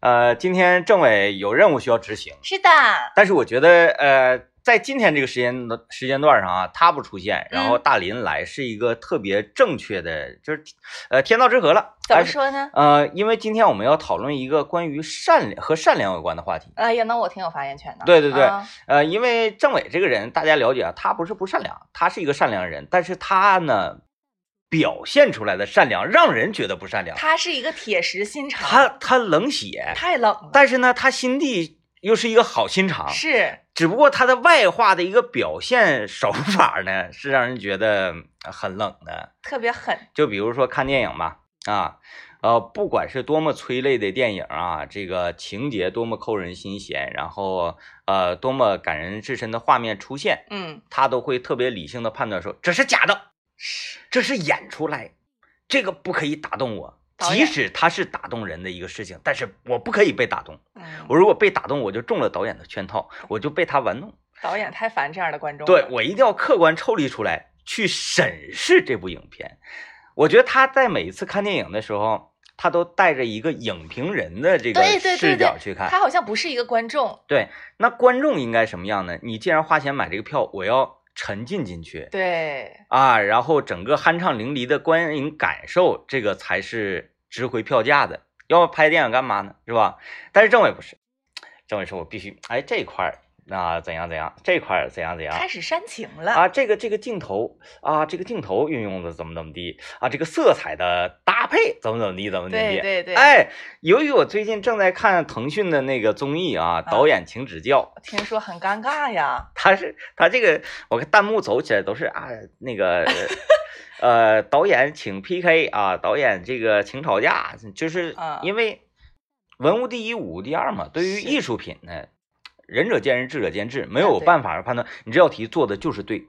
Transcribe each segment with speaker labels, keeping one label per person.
Speaker 1: 呃，今天政委有任务需要执行，
Speaker 2: 是的，
Speaker 1: 但是我觉得呃，在今天这个时间时间段上啊，他不出现，然
Speaker 2: 嗯
Speaker 1: 后大林来是一个特别正确的，就是呃天道之合了。
Speaker 2: 怎么
Speaker 1: 但是
Speaker 2: 说呢？
Speaker 1: 呃，因为今天我们要讨论一个关于善良和善良有关的话题。
Speaker 2: 哎呀，那我挺有发言权的。
Speaker 1: 对对对
Speaker 2: 啊
Speaker 1: 呃，因为政委这个人，大家了解啊，他不是不善良，他是一个善良人，但是他呢，表现出来的善良让人觉得不善良。
Speaker 2: 他是一个铁石心肠，
Speaker 1: 他他冷血，
Speaker 2: 太冷了。
Speaker 1: 但是呢，他心地又是一个好心肠，
Speaker 2: 是
Speaker 1: 只不过他的外化的一个表现手法呢，是让人觉得很冷的。
Speaker 2: 特别狠，
Speaker 1: 就比如说看电影吧，啊，呃，不管是多么催泪的电影啊，这个情节多么扣人心弦，然后呃，多么感人至深的画面出现，
Speaker 2: 嗯，
Speaker 1: 他都会特别理性的判断说这是假的，这是演出来，这个不可以打动我。
Speaker 2: 导
Speaker 1: 即
Speaker 2: 演
Speaker 1: 使它是打动人的一个事情，但是我不可以被打动。
Speaker 2: 嗯
Speaker 1: 我如果被打动，我就中了导演的圈套，我就被他玩弄。
Speaker 2: 导演太烦这样的观众了。
Speaker 1: 对我一定要客观抽离出来去审视这部影片。我觉得他在每一次看电影的时候，他都带着一个影评人的这个
Speaker 2: 对对对
Speaker 1: 视
Speaker 2: 对
Speaker 1: 角去看。
Speaker 2: 他好像不是一个观众，
Speaker 1: 那观众应该什么样呢？你既然花钱买这个票，我要沉浸进去。
Speaker 2: 对，
Speaker 1: 啊，然后整个酣畅淋漓的观影感受，这个才是值回票价的。要拍电影干嘛呢？是吧？但是政委不是，政委说我必须，哎，这一块儿啊怎样怎样，这块儿怎样怎样
Speaker 2: 开始煽情了。
Speaker 1: 啊，这个这个镜头啊，这个镜头运用的怎么怎么地啊，这个色彩的搭配怎么怎么地，怎么怎么
Speaker 2: 对
Speaker 1: 地。
Speaker 2: 对对，，
Speaker 1: 哎，由于我最近正在看腾讯的那个综艺
Speaker 2: 嗯
Speaker 1: 啊，导演请指教，
Speaker 2: 听说很尴尬呀。
Speaker 1: 他是他这个，我看弹幕走起来都是啊，那个呃，导演请 PK 啊，导演这个请吵架，就是
Speaker 2: 啊
Speaker 1: 因为文无第一，武无第二嘛。对于
Speaker 2: 是
Speaker 1: 艺术品呢，仁者见仁，智者见智，没
Speaker 2: 啊
Speaker 1: 有
Speaker 2: 对
Speaker 1: 办法判断你这道题做的就是对，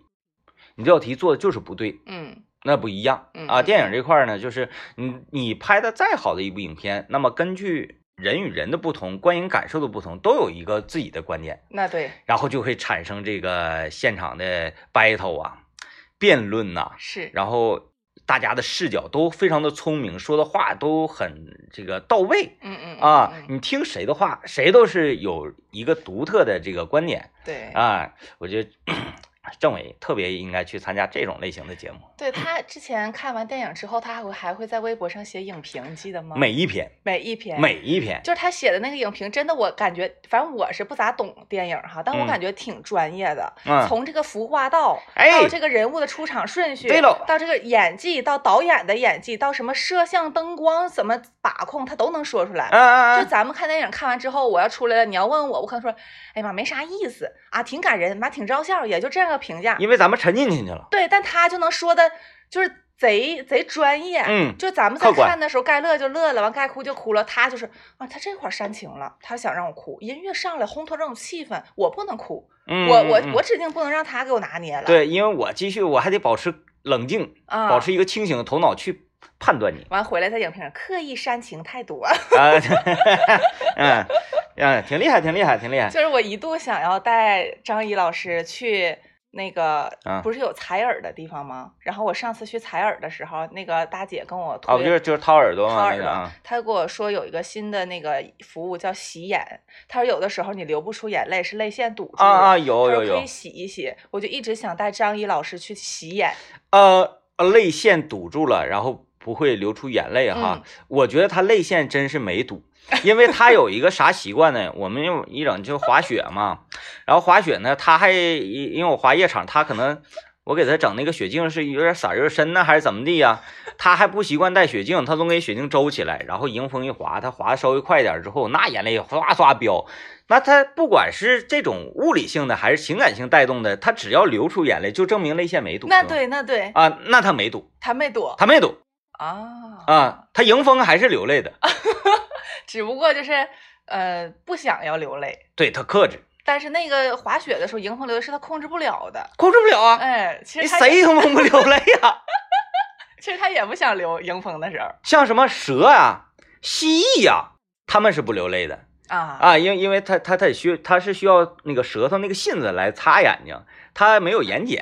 Speaker 1: 你这道题做的就是不对，
Speaker 2: 嗯，
Speaker 1: 那不一样
Speaker 2: 嗯
Speaker 1: 啊。
Speaker 2: 嗯
Speaker 1: 电影这块儿呢，就是你你拍的再好的一部影片，那么根据人与人的不同，观影感受的不同，都有一个自己的观点。
Speaker 2: 那对
Speaker 1: 然后就会产生这个现场的 battle 啊、辩论呐、
Speaker 2: 是，
Speaker 1: 然后大家的视角都非常的聪明，说的话都很这个到位
Speaker 2: 嗯嗯嗯
Speaker 1: 啊
Speaker 2: 嗯。嗯
Speaker 1: 你听谁的话，谁都是有一个独特的这个观点
Speaker 2: 对
Speaker 1: 啊。我觉得 政委特别应该去参加这种类型的节目，
Speaker 2: 对，他之前看完电影之后，他还会还会在微博上写影评，你记得吗？
Speaker 1: 每一篇，
Speaker 2: 每一篇
Speaker 1: 每一篇，
Speaker 2: 就是他写的那个影评，真的我感觉，反正我是不咋懂电影哈，但我
Speaker 1: 嗯
Speaker 2: 感觉挺专业的。
Speaker 1: 嗯，
Speaker 2: 从这个服化道
Speaker 1: 哎
Speaker 2: 到这个人物的出场顺序，
Speaker 1: 对喽
Speaker 2: 到这个演技，到导演的演技，到什么摄像、灯光怎么把控，他都能说出来。
Speaker 1: 啊啊
Speaker 2: 就
Speaker 1: 啊，
Speaker 2: 咱们看电影看完之后，我要出来了，你要问我，我可能说，哎呀妈，没啥意思啊，挺感人，妈挺招笑，也就这样个评价。
Speaker 1: 因为咱们沉浸进去了，
Speaker 2: 对，但他就能说的，就是贼贼专业。
Speaker 1: 嗯，
Speaker 2: 就咱们
Speaker 1: 客
Speaker 2: 在
Speaker 1: 观
Speaker 2: 看的时候，该乐就乐了，完该哭就哭了。他就是啊，他这块儿煽情了，他想让我哭，音乐上来烘托这种气氛，我不能哭，
Speaker 1: 嗯
Speaker 2: 我我
Speaker 1: 嗯嗯
Speaker 2: 我指定不能让他给我拿捏了。
Speaker 1: 对，因为我继续我还得保持冷静，
Speaker 2: 啊，
Speaker 1: 保持一个清醒的头脑去判断你
Speaker 2: 完回来他影评人刻意煽情太多，
Speaker 1: 啊， 嗯嗯，挺厉害，挺厉害，挺厉害
Speaker 2: 就是我一度想要带张怡老师去。那个
Speaker 1: 啊
Speaker 2: 不是有采耳的地方吗？然后我上次去采耳的时候，那个大姐跟我推
Speaker 1: 啊！不就是就是掏耳朵
Speaker 2: 掏
Speaker 1: 吗？
Speaker 2: 耳
Speaker 1: 那个
Speaker 2: 朵
Speaker 1: 啊，，
Speaker 2: 他跟我说有一个新的那个服务叫洗眼，他说有的时候你流不出眼泪是泪腺堵住
Speaker 1: 啊啊，
Speaker 2: 了
Speaker 1: 有
Speaker 2: 他
Speaker 1: 有
Speaker 2: 说可
Speaker 1: 有
Speaker 2: 以，洗一洗，我就一直想带张一老师去洗眼，
Speaker 1: 呃，泪腺堵住了，然后不会流出眼泪
Speaker 2: 嗯
Speaker 1: 哈。我觉得他泪腺真是没堵，因为他有一个啥习惯呢？我们有一整就滑雪嘛，然后滑雪呢，他还因因为我滑夜场，他可能。我给他整那个雪镜是有点色儿有点深呢，还是怎么地呀、他还不习惯戴雪镜，他总给雪镜周起来，然后迎风一滑，他滑的稍微快点儿之后，那眼泪哗哗飙。那他不管是这种物理性的还是情感性带动的，他只要流出眼泪，就证明泪腺没堵。
Speaker 2: 那
Speaker 1: 是吧
Speaker 2: 对那对，
Speaker 1: 啊，那他没堵，
Speaker 2: 他没躲
Speaker 1: 他没堵
Speaker 2: 啊，
Speaker 1: 啊，他迎风还是流泪的，
Speaker 2: 只不过就是呃不想要流泪，
Speaker 1: 对他克制，
Speaker 2: 但是那个滑雪的时候迎风流泪是他控制不了的，
Speaker 1: 控制不了啊，
Speaker 2: 哎，其
Speaker 1: 你
Speaker 2: 实他也
Speaker 1: 谁他妈不流泪呀、
Speaker 2: 其实他也不想流迎风的时候
Speaker 1: 像什么蛇啊、蜥蜴呀、他们是不流泪的
Speaker 2: 啊，
Speaker 1: 啊，因为因为他他他需他是需要那个舌头那个信子来擦眼睛，他没有眼睑，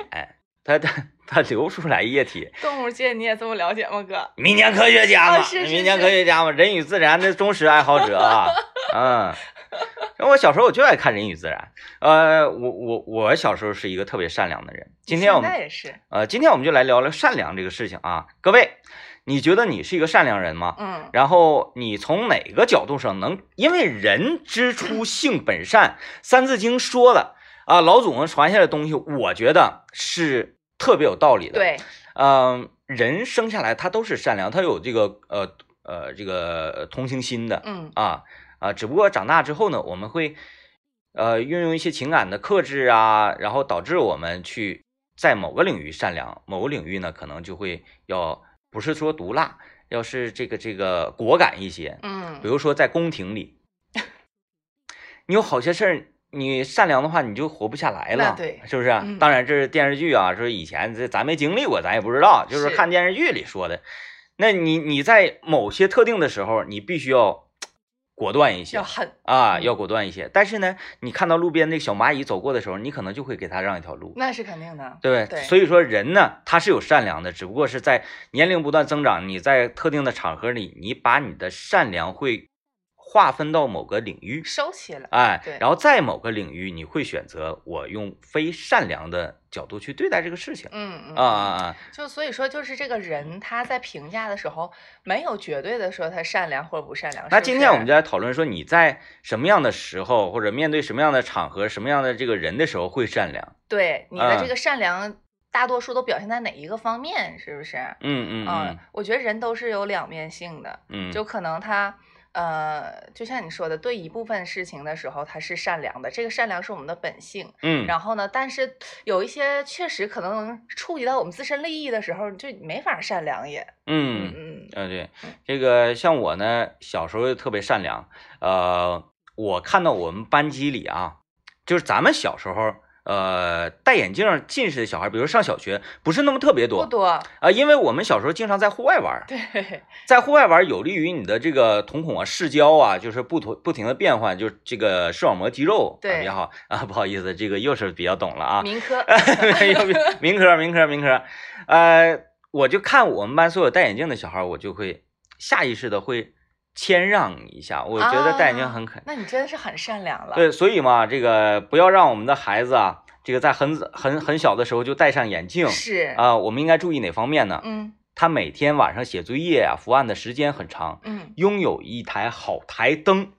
Speaker 1: 他他他流出来液体。
Speaker 2: 动物界你也这么了解吗，哥？
Speaker 1: 民间科学家嘛，
Speaker 2: 啊是是
Speaker 1: 民间科学家嘛，人与自然的忠实爱好者啊嗯，然后我小时候我就爱看《人与自然》。呃，我我我小时候是一个特别善良的人。今天我
Speaker 2: 现在
Speaker 1: 们
Speaker 2: 也是，
Speaker 1: 呃，今天我们就来聊聊善良这个事情啊。各位，你觉得你是一个善良人吗？
Speaker 2: 嗯，
Speaker 1: 然后你从哪个角度上能？因为人之 初性本善，《三字经》说的啊，老祖宗传下来的东西，我觉得是特别有道理的。，
Speaker 2: 对，
Speaker 1: 嗯、人生下来他都是善良，他有这个呃呃这个同情心的
Speaker 2: 嗯，
Speaker 1: 啊啊，只不过长大之后呢，我们会呃运用一些情感的克制啊，然后导致我们去在某个领域善良，某个领域呢可能就会要不是说毒辣，要是这个这个果敢一些，比
Speaker 2: 嗯，
Speaker 1: 如说在宫廷里，你有好些事儿，你善良的话，你就活不下来
Speaker 2: 那
Speaker 1: 了，
Speaker 2: 对
Speaker 1: 是不是啊？
Speaker 2: 嗯
Speaker 1: 当然这是电视剧啊，说以前这咱没经历过，咱也不知道，就是
Speaker 2: 是
Speaker 1: 看电视剧里说的。那你你在某些特定的时候，你必须要果断一些
Speaker 2: 要狠，
Speaker 1: 啊，
Speaker 2: 嗯
Speaker 1: 要果断一些。但是呢，你看到路边那小蚂蚁走过的时候，你可能就会给它让一条路。
Speaker 2: 那是肯定的，
Speaker 1: 对不
Speaker 2: 对
Speaker 1: 所以说人呢，他是有善良的，只不过是在年龄不断增长，你在特定的场合里，你把你的善良会划分到某个领域，
Speaker 2: 收起来，
Speaker 1: 哎
Speaker 2: 对，
Speaker 1: 然后在某个领域，你会选择我用非善良的角度去对待这个事情。
Speaker 2: 嗯嗯
Speaker 1: 啊啊啊！
Speaker 2: 就所以说，就是这个人他在评价的时候，没有绝对的说他善良或者不善良。
Speaker 1: 那
Speaker 2: 是不
Speaker 1: 今天我们
Speaker 2: 是
Speaker 1: 就来讨论说，你在什么样的时候，或者面对什么样的场合、什么样的这个人的时候会善良？
Speaker 2: 对你的
Speaker 1: 嗯
Speaker 2: 这个善良，大多数都表现在哪一个方面？是不是？
Speaker 1: 嗯嗯嗯
Speaker 2: 我觉得人都是有两面性的，
Speaker 1: 嗯，
Speaker 2: 就可能他。呃，就像你说的，对一部分事情的时候，他是善良的，这个善良是我们的本性。
Speaker 1: 嗯
Speaker 2: 然后呢，但是有一些确实可能能触及到我们自身利益的时候，就没法善良也。
Speaker 1: 嗯。
Speaker 2: 嗯
Speaker 1: 嗯，对
Speaker 2: 嗯，
Speaker 1: 这个像我呢，小时候特别善良。呃，我看到我们班级里啊，就是咱们小时候，呃，戴眼镜近视的小孩，比如上小学，不是那么特别多
Speaker 2: 不
Speaker 1: 啊、
Speaker 2: 多，
Speaker 1: 呃因为我们小时候经常在户外玩儿，
Speaker 2: 对，
Speaker 1: 在户外玩儿有利于你的这个瞳孔啊、视交啊，就是不同不停的变换，就是这个视网膜肌肉啊
Speaker 2: 对
Speaker 1: 比较好啊。不好意思，这个又是比较懂了啊。
Speaker 2: 民科，
Speaker 1: 没有民科，民科，民科。呃，我就看我们班所有戴眼镜的小孩儿，我就会下意识的会谦让一下。我觉得戴眼镜很可、
Speaker 2: 啊那你真的是很善良了。
Speaker 1: 对，所以嘛，这个不要让我们的孩子啊，这个在很很很小的时候就戴上眼镜啊、
Speaker 2: 是，
Speaker 1: 我们应该注意哪方面呢？
Speaker 2: 嗯
Speaker 1: 他每天晚上写作业啊，伏案的时间很长，
Speaker 2: 嗯，
Speaker 1: 拥有一台好台灯。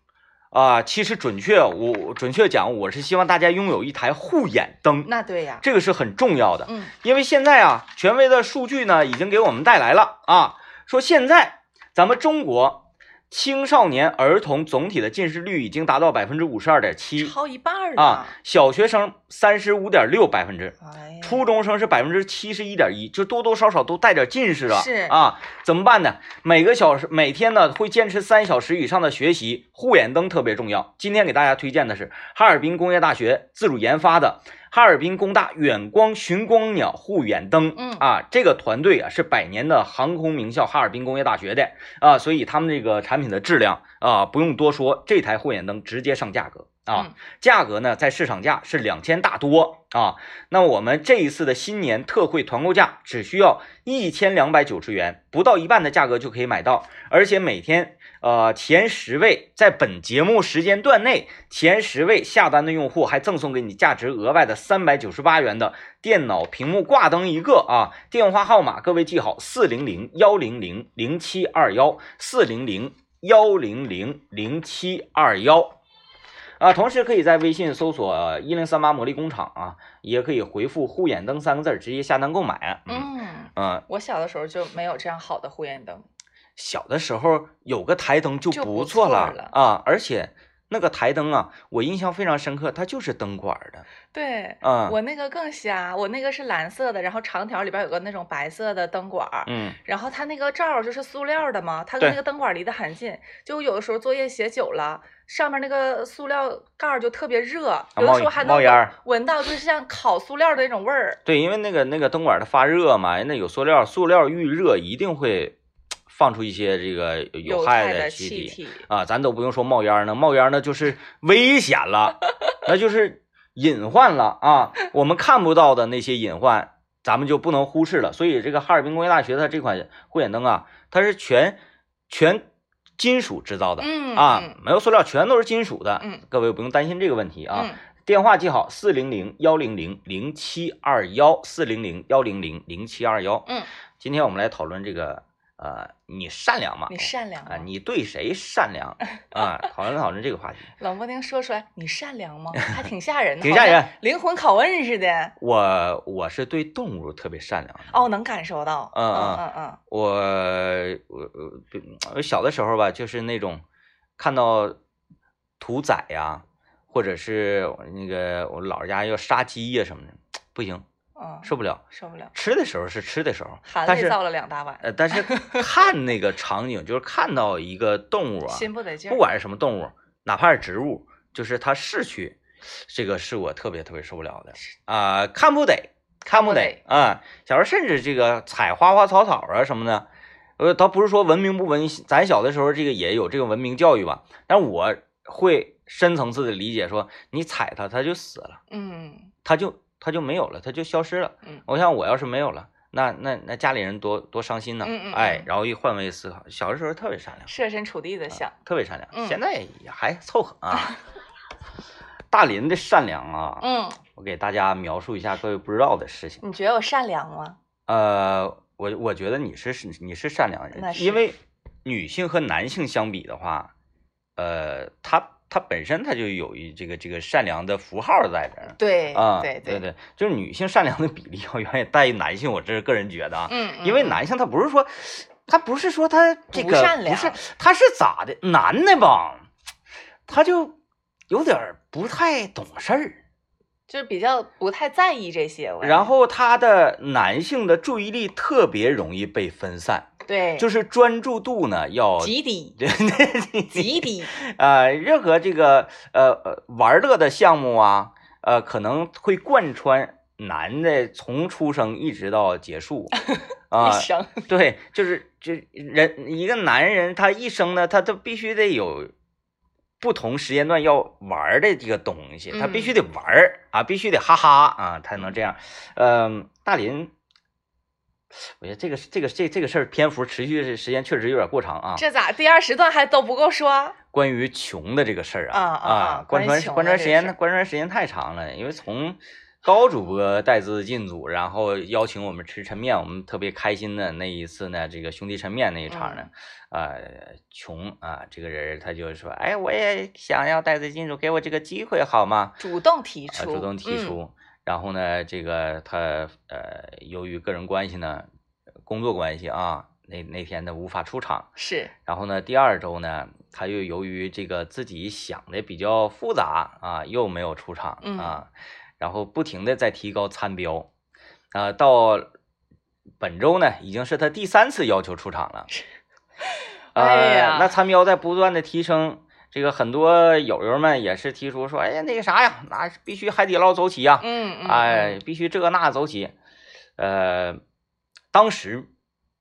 Speaker 1: 啊，其实准确，我准确讲，我是希望大家拥有一台护眼灯，
Speaker 2: 那对呀，
Speaker 1: 这个是很重要的。
Speaker 2: 嗯
Speaker 1: 因为现在啊，权威的数据呢已经给我们带来了啊，说现在咱们中国青少年儿童总体的近视率已经达到百分之五十二点七
Speaker 2: 超一半儿呢
Speaker 1: 啊，，小学生三十五点六百分之，
Speaker 2: 哎呀，
Speaker 1: 初中生是百分之七十一点一，就多多少少都带点近视啊。
Speaker 2: 是
Speaker 1: 啊，怎么办呢？每个小时每天呢会坚持三小时以上的学习，护眼灯特别重要。今天给大家推荐的是哈尔滨工业大学自主研发的哈尔滨工大远光寻光鸟护眼灯。
Speaker 2: 嗯
Speaker 1: 啊，这个团队啊是百年的航空名校哈尔滨工业大学的啊，所以他们这个产品的质量啊不用多说，这台护眼灯直接上价格啊。
Speaker 2: 嗯
Speaker 1: 价格呢，在市场价是两千大多啊。那我们这一次的新年特惠团购价只需要一千两百九十元，不到一半的价格就可以买到，而且每天呃前十位在本节目时间段内前十位下单的用户还赠送给你价值额外的三百九十八元的电脑屏幕挂灯一个啊。电话号码各位记好：四零零幺零零零七二幺四零零幺零零零七二幺。啊，同时可以在微信搜索“一零三八魔力工厂”啊，也可以回复“护眼灯”三个字儿直接下单购买。，
Speaker 2: 嗯，
Speaker 1: 呃，
Speaker 2: 我小的时候就没有这样好的护眼灯，
Speaker 1: 小的时候有个台灯就
Speaker 2: 就
Speaker 1: 不
Speaker 2: 不
Speaker 1: 错
Speaker 2: 错
Speaker 1: 了
Speaker 2: 了
Speaker 1: 啊，而且那个台灯啊，我印象非常深刻，它就是灯管儿的
Speaker 2: 对。
Speaker 1: 啊。
Speaker 2: 我那个更瞎，我那个是蓝色的，然后长条里边有个那种白色的灯管儿，
Speaker 1: 嗯
Speaker 2: 然后它那个罩儿就是塑料的嘛，它
Speaker 1: 对
Speaker 2: 跟那个灯管儿离得很近，就有的时候作业写久了，上面那个塑料盖儿就特别热，有的
Speaker 1: 啊冒
Speaker 2: 时候还
Speaker 1: 冒
Speaker 2: 能
Speaker 1: 烟儿
Speaker 2: 闻闻到就是像烤塑料的那种味儿，
Speaker 1: 对，因为那个那个灯管它发热嘛，那有塑料，塑料遇热一定会放出一些这个有害
Speaker 2: 害的
Speaker 1: 气
Speaker 2: 气
Speaker 1: 体
Speaker 2: 体，
Speaker 1: 啊，咱都不用说冒烟儿呢，冒烟儿呢就是危险了，那就是隐患了啊。我们看不到的那些隐患，咱们就不能忽视了。所以这个哈尔滨工业大学它这款护眼灯啊，它是全全金属制造的、
Speaker 2: 嗯
Speaker 1: 啊，没有塑料，全都是金属的。
Speaker 2: 嗯
Speaker 1: 各位不用担心这个问题啊。
Speaker 2: 嗯
Speaker 1: 电话记好：四零零幺零零零七二幺，四零零幺零零零七二幺。
Speaker 2: 嗯，
Speaker 1: 今天我们来讨论这个，呃，你善良吗？
Speaker 2: 你善良
Speaker 1: 啊，
Speaker 2: 吗？
Speaker 1: 你对谁善 良啊？讨论讨论这个话题。
Speaker 2: 冷不丁说出来，你善良 吗？还挺吓人的，
Speaker 1: 挺吓人，
Speaker 2: 灵魂拷问似的。
Speaker 1: 我我是对动物特别善良的。
Speaker 2: 哦，能感受到。
Speaker 1: 嗯嗯
Speaker 2: 嗯嗯嗯，
Speaker 1: 我我我我小的时候吧，就是那种看到屠宰呀、或者是那个我姥儿家要杀鸡呀、什么的，不行，
Speaker 2: 嗯，
Speaker 1: 受不了。
Speaker 2: 受不了，
Speaker 1: 吃的时候是吃的时候，
Speaker 2: 含
Speaker 1: 但
Speaker 2: 泪
Speaker 1: 是
Speaker 2: 造了两大碗，
Speaker 1: 呃，但 是看那个场景，就是看到一个动物啊，
Speaker 2: 心不得劲儿。
Speaker 1: 不管是什么动物，哪怕是植物，就是它逝去，这个是我特别特别受不了的啊、看不得，看不得
Speaker 2: 看
Speaker 1: 啊、小时候甚至这个采花花草草啊什么的，呃，倒不是说文明不文，咱小的时候这个也有这个文明教育吧，但我会深层次的理解说，你踩它，它就死了，
Speaker 2: 嗯
Speaker 1: 它就它就没有了，它就消失了。
Speaker 2: 嗯
Speaker 1: 我想我要是没有了。那那那家里人多多伤心呢，
Speaker 2: 嗯嗯嗯
Speaker 1: 哎，然后一换位思考，小的时候特别善良，
Speaker 2: 设身处地的想，
Speaker 1: 特别善良，
Speaker 2: 嗯
Speaker 1: 现在也还凑合啊。大林的善良啊，
Speaker 2: 嗯，
Speaker 1: 我给大家描述一下各位不知道的事情。
Speaker 2: 你觉得我善良吗？
Speaker 1: 呃，我我觉得你是是你是善良的
Speaker 2: 那
Speaker 1: 人，
Speaker 2: 是
Speaker 1: 因为女性和男性相比的话，呃，他他本身他就有一这个这个善良的符号在这儿
Speaker 2: 对
Speaker 1: 啊，
Speaker 2: 对
Speaker 1: 对，对，就是女性善良的比例要远远大于男性，我这是个人觉得啊，
Speaker 2: 嗯，
Speaker 1: 因为
Speaker 2: 嗯
Speaker 1: 男性他不是说，他不是说他这个
Speaker 2: 不善良
Speaker 1: 不是他是咋的？男的吧，他就有点儿不太懂事儿，
Speaker 2: 就是比较不太在意这些。我感觉
Speaker 1: 然后他的男性的注意力特别容易被分散，
Speaker 2: 对，
Speaker 1: 就是专注度呢要。
Speaker 2: 极低极低，
Speaker 1: 呃，任何这个呃呃玩乐的项目啊，呃，可能会贯穿男的从出生一直到结 束 啊、
Speaker 2: 一生
Speaker 1: 对，就是就人一个男人，他一生呢，他他必须得有不同时间段要玩儿的这个东西，他必须得玩儿、啊，必须得哈哈啊，才能这样。嗯、大林，我觉得这个这个这这个事儿篇幅持续的时间确实有点过长啊。
Speaker 2: 这咋第二十段还都不够说？
Speaker 1: 关于穷的这个事儿
Speaker 2: 啊
Speaker 1: 啊
Speaker 2: 啊啊
Speaker 1: 贯
Speaker 2: 关于
Speaker 1: 穿
Speaker 2: 穷
Speaker 1: 贯
Speaker 2: 的
Speaker 1: 穿
Speaker 2: 这
Speaker 1: 时
Speaker 2: 个事儿
Speaker 1: 间贯穿时间太长了，因为从高主播带资进组，然后邀请我们吃抻面，我们特别开心的那一次呢，这个兄弟抻面那一场
Speaker 2: 嗯
Speaker 1: 呢，呃，穷啊，这个人他就说，哎，我也想要带资进组，给我这个机会好吗？
Speaker 2: 主动提
Speaker 1: 啊，
Speaker 2: 出，
Speaker 1: 主动提
Speaker 2: 嗯，
Speaker 1: 出。然后呢，这个他呃，由于个人关系呢，工作关系啊，那那天呢无法出场。
Speaker 2: 是
Speaker 1: 然后呢，第二周呢，他又由于这个自己想的比较复杂啊，又没有出场
Speaker 2: 嗯
Speaker 1: 啊，然后不停的在提高参标，啊，到本周呢，已经是他第三次要求出场 了，呃
Speaker 2: 哎呀
Speaker 1: 那参标在不断的提升。这个很多友友们也是提出说，哎呀，那个啥呀，那必须海底捞走起呀，
Speaker 2: 嗯嗯，
Speaker 1: 哎，
Speaker 2: 嗯，
Speaker 1: 必须这那走起。呃，当时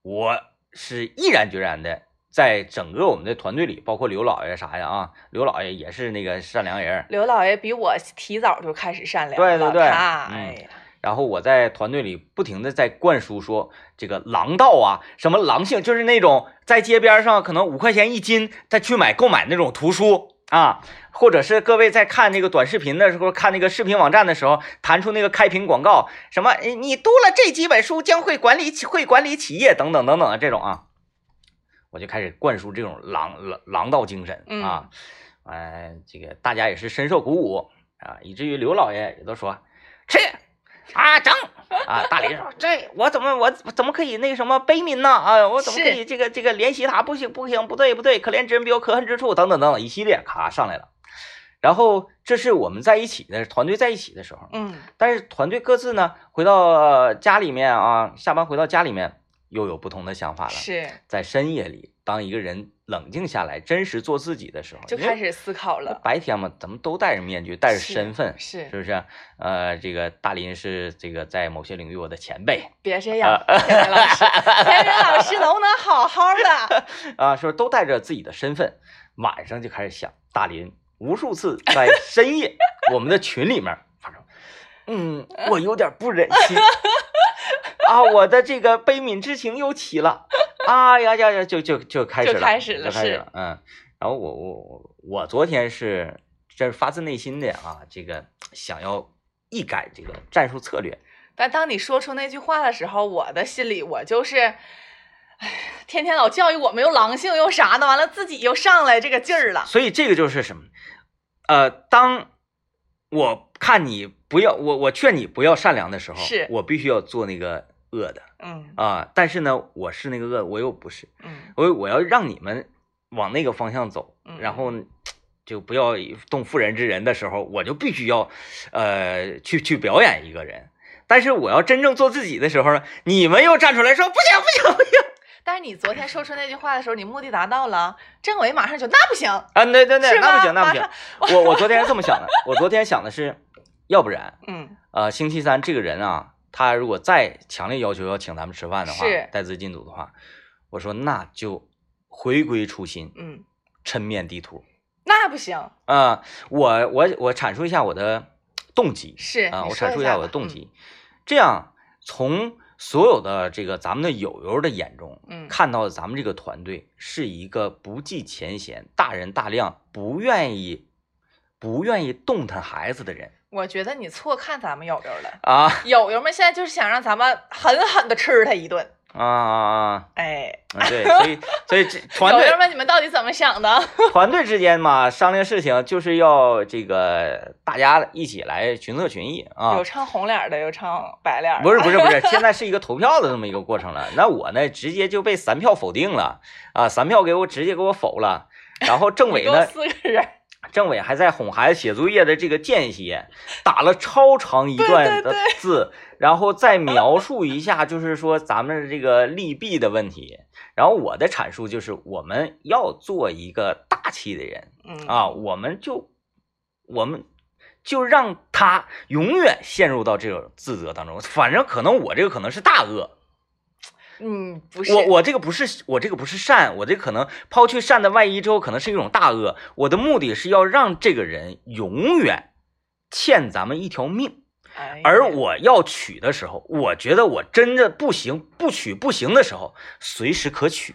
Speaker 1: 我是毅然决然的，在整个我们的团队里，包括刘老爷啥呀啊，刘老爷也是那个善良人儿。
Speaker 2: 刘老爷比我提早就开始善良
Speaker 1: 对对
Speaker 2: 了
Speaker 1: 对
Speaker 2: 他
Speaker 1: 嗯
Speaker 2: 哎呀，
Speaker 1: 然后我在团队里不停的在灌输说，这个狼道啊，什么狼性，就是那种在街边上可能五块钱一斤，再去买购买那种图书啊，或者是各位在看那个短视频的时候，看那个视频网站的时候，弹出那个开屏广告，什么哎你读了这几本书将会管理起会管理企业等等等等的这种啊，我就开始灌输这种狼狼狼道精神啊，哎，这个大家也是深受鼓舞啊，以至于刘老爷也都说吃啊整啊，大林说这我怎么我怎么可以那什么悲悯呢啊，我怎么可以这个这个怜惜他不行不行不对不对，可怜之人必有可恨之处等等等等一系列咔上来了，然后这是我们在一起的团队在一起的时候，
Speaker 2: 嗯，
Speaker 1: 但是团队各自呢回到呃家里面啊，下班回到家里面又有不同的想法了，
Speaker 2: 是
Speaker 1: 在深夜里，当一个人冷静下来，真实做自己的时候，
Speaker 2: 就
Speaker 1: 因为
Speaker 2: 开始思考了，
Speaker 1: 白天嘛，咱们都戴着面具，带着
Speaker 2: 是
Speaker 1: 身份，是
Speaker 2: 是
Speaker 1: 不是？呃，这个大林是这个在某些领域我的前辈
Speaker 2: 别这样，
Speaker 1: 呃
Speaker 2: 天明 老师，天明老师能不能好好的？
Speaker 1: 啊，说都带着自己的身份，晚上就开始想大林，无数次在深夜我们的群里面发出，嗯，我有点不忍心啊，我的这个悲悯之情又起了啊呀呀呀，就就就开始了，
Speaker 2: 就开始了
Speaker 1: 就开始
Speaker 2: 是
Speaker 1: 了，嗯。然后我我我我昨天是这是发自内心的啊，这个想要一改这个战术策略，
Speaker 2: 但当你说出那句话的时候，我的心里我就是，哎，天天老教育我们又狼性又啥的，完了自己又上来这个劲儿了。
Speaker 1: 所以这个就是什么？呃，当我看你不要我我劝你不要善良的时候，
Speaker 2: 是
Speaker 1: 我必须要做那个恶的
Speaker 2: 嗯
Speaker 1: 啊、但是呢，我是那个恶，我又不是，
Speaker 2: 嗯
Speaker 1: 我我要让你们往那个方向走，
Speaker 2: 嗯
Speaker 1: 然后就不要动妇人之仁的时候，我就必须要呃去去表演一个人。但是我要真正做自己的时候呢，你们又站出来说不行不行不行
Speaker 2: 但是你昨天说出那句话的时候，你目的达到了，政委马上就那不行，
Speaker 1: 啊，那那那
Speaker 2: 是
Speaker 1: 那不行那
Speaker 2: 吗
Speaker 1: 不行，我我昨天是这么想的，我昨天想的是，要不然
Speaker 2: 嗯
Speaker 1: 呃，星期三这个人啊，他如果再强烈要求要请咱们吃饭的话
Speaker 2: 是，
Speaker 1: 带资进组的话，我说那就回归初心，
Speaker 2: 嗯，
Speaker 1: 抻面地图
Speaker 2: 那不行，
Speaker 1: 啊、我我我阐述一下我的动机
Speaker 2: 是
Speaker 1: 啊、
Speaker 2: 你
Speaker 1: 我
Speaker 2: 说
Speaker 1: 阐述
Speaker 2: 一
Speaker 1: 一
Speaker 2: 下
Speaker 1: 我的
Speaker 2: 吧
Speaker 1: 动
Speaker 2: 嗯
Speaker 1: 机，这样从所有的这个咱们的友友的眼中，
Speaker 2: 嗯
Speaker 1: 看到咱们这个团队是一个不计前嫌、大人大量、不愿意不愿意动弹孩子的人
Speaker 2: 我觉得你错看咱们友友了，
Speaker 1: 啊
Speaker 2: 友友们现在就是想让咱们狠狠的吃他一顿。
Speaker 1: 啊啊！啊
Speaker 2: 哎，
Speaker 1: 啊，对，所以所以这团
Speaker 2: 友友
Speaker 1: 队
Speaker 2: 们，你们到底怎么想的？
Speaker 1: 团队之间嘛，商量事情就是要这个大家一起来群策群议啊
Speaker 2: 有。唱红脸儿的，有唱白脸儿的，
Speaker 1: 不是不是不是，现在是一个投票的这么一个过程了。那我呢，直接就被三票否定了啊，三票给我直接给我否了。然后政委
Speaker 2: 一共
Speaker 1: 呢，
Speaker 2: 四个人，
Speaker 1: 政委还在哄孩子写作业的这个间歇打了超长一段的字，然后再描述一下，就是说咱们这个利弊的问题。然后我的阐述就是，我们要做一个大气的人
Speaker 2: 嗯
Speaker 1: 啊，我们就我们就让他永远陷入到这种自责当中。反正可能我这个可能是大恶，
Speaker 2: 嗯，不是
Speaker 1: 我我这个不是我这个不是善，我这可能抛去善的外衣之后，可能是一种大恶。我的目的是要让这个人永远欠咱们一条命，
Speaker 2: 哎呀
Speaker 1: 而我要娶的时候，我觉得我真的不行，不娶不行的时候，随时可娶。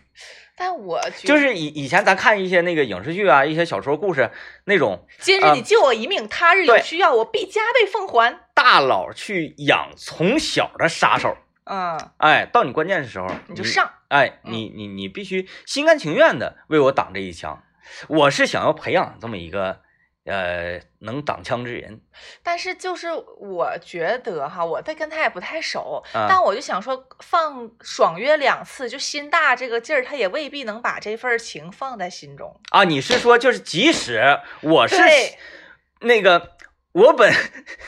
Speaker 2: 但我觉
Speaker 1: 就
Speaker 2: 得
Speaker 1: 是以以前咱看一些那个影视剧啊，一些小说故事那种
Speaker 2: 今日你救我一命，他日
Speaker 1: 嗯
Speaker 2: 有
Speaker 1: 对
Speaker 2: 需要，我必加倍奉还。
Speaker 1: 大佬去养从小的杀手，
Speaker 2: 嗯，
Speaker 1: 哎，到你关键的时候
Speaker 2: 你就上，
Speaker 1: 哎，
Speaker 2: 嗯
Speaker 1: 你你你必须心甘情愿的为我挡这一枪。我是想要培养这么一个呃能挡枪之人。
Speaker 2: 但是就是我觉得哈，我对跟他也不太熟，
Speaker 1: 啊
Speaker 2: 但我就想说，放爽约两次，就心大这个劲儿，他也未必能把这份儿情放在心中。
Speaker 1: 啊，你是说就是即使我是
Speaker 2: 对
Speaker 1: 那个我本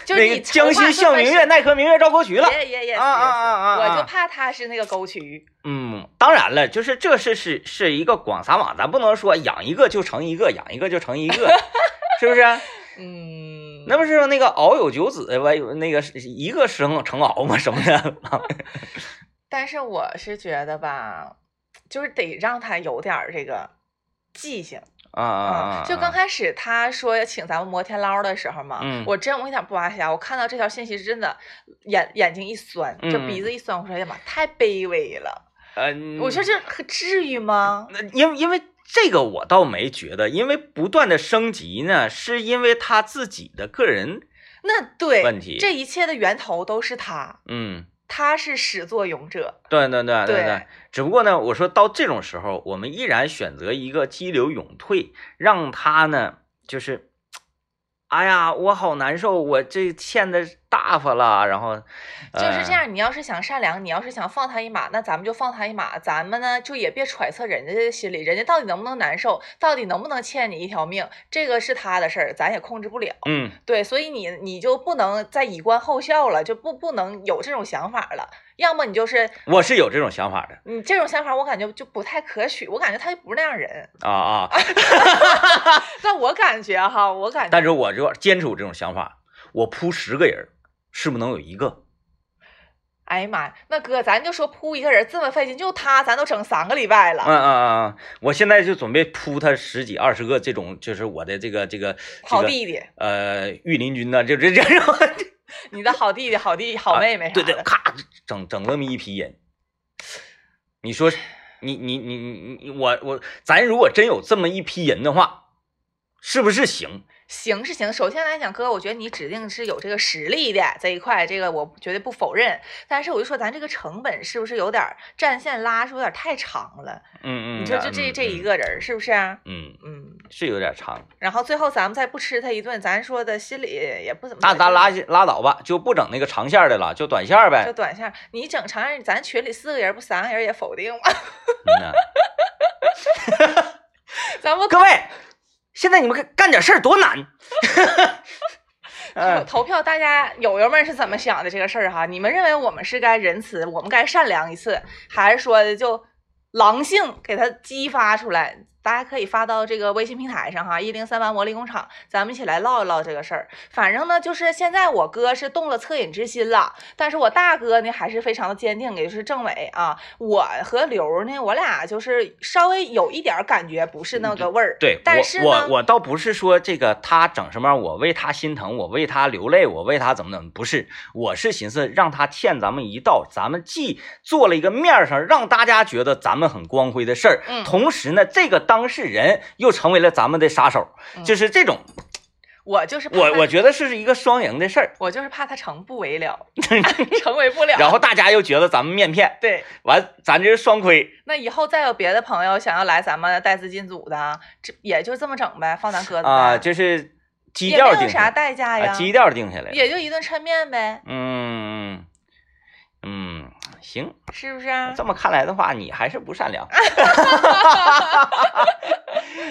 Speaker 2: 就是
Speaker 1: 那
Speaker 2: 你
Speaker 1: 个江
Speaker 2: 从化
Speaker 1: 西
Speaker 2: 就
Speaker 1: 笑
Speaker 2: 算
Speaker 1: 明
Speaker 2: 是
Speaker 1: 月，奈何明月照沟渠了。
Speaker 2: 也也也
Speaker 1: 啊啊啊啊啊
Speaker 2: 我就怕他是那个沟渠。
Speaker 1: 嗯，当然了，就是这是是是一个广撒网，咱不能说养一个就成一个，养一个就成一个，是不是？
Speaker 2: 嗯，
Speaker 1: 那不是说那个遨有九子，完有那个是一个生成敖吗？什么 啊的
Speaker 2: 但是我是觉得吧，就是得让他有点儿这个记性。
Speaker 1: 啊啊啊！
Speaker 2: 就
Speaker 1: 啊
Speaker 2: 刚开始他说请咱们摩天捞的时候嘛，
Speaker 1: 嗯
Speaker 2: 我真我一点不扒瞎，我看到这条信息真的眼眼睛一酸，这
Speaker 1: 嗯
Speaker 2: 鼻子一酸，我说哎呀妈，太卑微了，
Speaker 1: 呃，
Speaker 2: 我说这可至于吗？
Speaker 1: 那因为因为这个我倒没觉得，因为不断的升级呢，是因为他自己的个人，
Speaker 2: 那对，
Speaker 1: 问题
Speaker 2: 这一切的源头都是他，
Speaker 1: 嗯，
Speaker 2: 他是始作俑者，
Speaker 1: 对对对
Speaker 2: 对
Speaker 1: 对。只不过呢，我说到这种时候，我们依然选择一个激流勇退，让他呢就是，哎呀，我好难受，我这欠的大发了，然后呃
Speaker 2: 就是
Speaker 1: 嗯
Speaker 2: 这，样。你要是想善良，你要是想放他一马，那咱们就放他一马，咱们呢就也别揣测人家的心理，人家到底能不能难受，到底能不能欠你一条命，这个是他的事儿，咱也控制不了。
Speaker 1: 呃嗯。
Speaker 2: 对，所以你你就不能再以观后效了，就不不能有这种想法了。要么你就是
Speaker 1: 我是有这种想法的
Speaker 2: 你这种想法，我感觉就不太可取，我感觉他就不是那样人。
Speaker 1: 啊啊！
Speaker 2: 但我感觉哈，我感觉
Speaker 1: 但是我就坚持我这种想法，我扑十个人，是不是能有一个？
Speaker 2: 哎呀妈呀，那哥，咱就说扑一个人这么费劲，就他咱都整三个礼拜了，
Speaker 1: 嗯嗯嗯，嗯，我现在就准备扑他十几二十个这种，就是我的这个这个
Speaker 2: 好
Speaker 1: 这个
Speaker 2: 弟弟，
Speaker 1: 呃御林军呢，就 这这这种
Speaker 2: 你的好弟弟、哎好弟弟、好妹妹啥
Speaker 1: 啊对
Speaker 2: 的，
Speaker 1: 对，咔整整那么一批人，你说你你你你你我我，咱如果真有这么一批人的话，是不是行？
Speaker 2: 行是行，首先来讲，哥，我觉得你指定是有这个实力的这一块，这个我绝对不否认。但是我就说，咱这个成本是不是有点儿战线拉是不是有点儿太长了？
Speaker 1: 嗯嗯，
Speaker 2: 你说就这这一个人儿是不是、啊？
Speaker 1: 嗯，嗯，
Speaker 2: 嗯，
Speaker 1: 是有点长。
Speaker 2: 然后最后咱们再不吃他一顿，咱说的心里也不怎么。
Speaker 1: 那咱拉拉倒吧，就不整那个长线的了，就短线
Speaker 2: 就
Speaker 1: 呗。
Speaker 2: 短线儿，你整长线儿，咱群里四个人不三个人也否定吗？
Speaker 1: 嗯呐
Speaker 2: 咱们
Speaker 1: 各位，现在你们干干点事儿多 难。嗯，
Speaker 2: 投票，大家友友们是怎么想的这个事儿哈？你们认为我们是该仁慈，我们该善良一次，还是说就狼性给它激发出来？大家可以发到这个微信平台上哈，一零三八魔力工厂，咱们一起来唠一唠这个事儿。反正呢，就是现在我哥是动了恻隐之心了，但是我大哥呢还是非常的坚定，也就是政委啊。我和刘呢，我俩就是稍微有一点儿感觉不是那个味儿，
Speaker 1: 对，
Speaker 2: 但是呢
Speaker 1: 我我我倒不是说这个他整什么样，我为他心疼，我为他流泪，我为他怎么怎么，不是，我是寻思让他欠咱们一道，咱们既做了一个面儿上，让大家觉得咱们很光辉的事儿，
Speaker 2: 嗯
Speaker 1: 同时呢，这个当事人又成为了咱们的杀手，
Speaker 2: 嗯
Speaker 1: 就是这 种，
Speaker 2: 我就是怕
Speaker 1: 我
Speaker 2: 他
Speaker 1: 我觉得是一个双赢的事儿，
Speaker 2: 我就是怕他成不为 了，成为不了。
Speaker 1: 然后大家又觉得咱们面骗，
Speaker 2: 对，
Speaker 1: 完咱这是双亏，
Speaker 2: 那以后再有别的朋友想要来咱们带资进组的，啊这也就这么整呗，放咱鸽子呗
Speaker 1: 啊，就是基
Speaker 2: 嗯也没
Speaker 1: 调
Speaker 2: 有
Speaker 1: 定
Speaker 2: 啥
Speaker 1: 下
Speaker 2: 代价
Speaker 1: 来，
Speaker 2: 呀，
Speaker 1: 啊，基调定下来了，
Speaker 2: 也就一顿抻面呗，
Speaker 1: 嗯嗯，行。
Speaker 2: 是不是啊？
Speaker 1: 这么看来的话，你还是不善 良。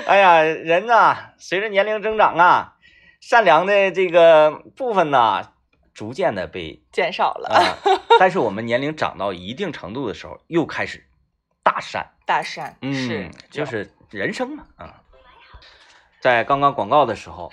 Speaker 1: 哎呀，人呐、随着年龄增长啊，善良的这个部分呢、逐渐的被
Speaker 2: 减少了，
Speaker 1: 啊、但是我们年龄长到一定程度的时候，又开始大善。
Speaker 2: 大山
Speaker 1: 嗯，
Speaker 2: 是
Speaker 1: 就
Speaker 2: 有
Speaker 1: 是人生嘛，啊，在刚刚广告的时候，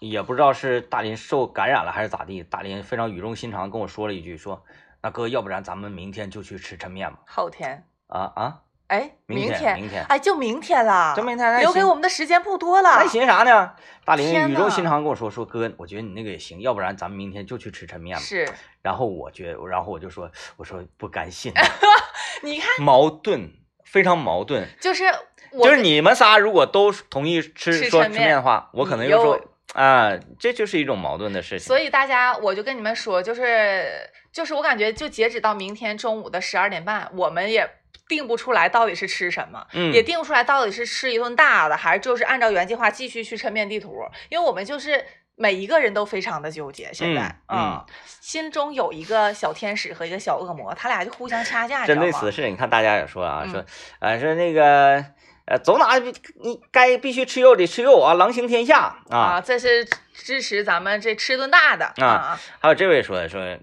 Speaker 1: 也不知道是大林受感染了还是咋地，大林非常语重心长地跟我说了一句，说那哥，要不然咱们明天就去吃抻面吧？
Speaker 2: 后天，
Speaker 1: 啊啊，
Speaker 2: 哎，
Speaker 1: 明天
Speaker 2: 天，
Speaker 1: 明天
Speaker 2: 哎，就明天啦，
Speaker 1: 就明天那
Speaker 2: 留给
Speaker 1: 行
Speaker 2: 我们的时间不多了
Speaker 1: 那，寻思啥呢？大林
Speaker 2: 天
Speaker 1: 语重
Speaker 2: 呐
Speaker 1: 心长地跟我说，说哥，我觉得你那个也行，要不然咱们明天就去吃抻面吧。
Speaker 2: 是，
Speaker 1: 然后我觉得，然后我就说，我说不甘心，
Speaker 2: 你看，
Speaker 1: 矛盾，非常矛盾。
Speaker 2: 就是我
Speaker 1: 就是你们仨如果都同意吃
Speaker 2: 吃
Speaker 1: 说吃
Speaker 2: 抻面
Speaker 1: 面的话，我可能就说
Speaker 2: 你
Speaker 1: 啊，这就是一种矛盾的事情。
Speaker 2: 所以大家，我就跟你们说，就是就是，我感觉就截止到明天中午的十二点半，我们也定不出来到底是吃什么，
Speaker 1: 嗯
Speaker 2: 也定不出来到底是吃一顿大的，还是就是按照原计划继续去抻面地图，因为我们就是。每一个人都非常的纠结，现在
Speaker 1: 嗯
Speaker 2: 啊心中有一个小天使和一个小恶魔，他俩就互相掐架，你知
Speaker 1: 针
Speaker 2: 道
Speaker 1: 对
Speaker 2: 吗
Speaker 1: 此？事，你看大家也说啊，
Speaker 2: 嗯
Speaker 1: 说啊说那个呃，走哪你该必须吃肉得吃肉啊，狼行天下
Speaker 2: 啊，
Speaker 1: 啊。
Speaker 2: 这是支持咱们这吃顿大的
Speaker 1: 啊
Speaker 2: 啊
Speaker 1: 还有这位说说，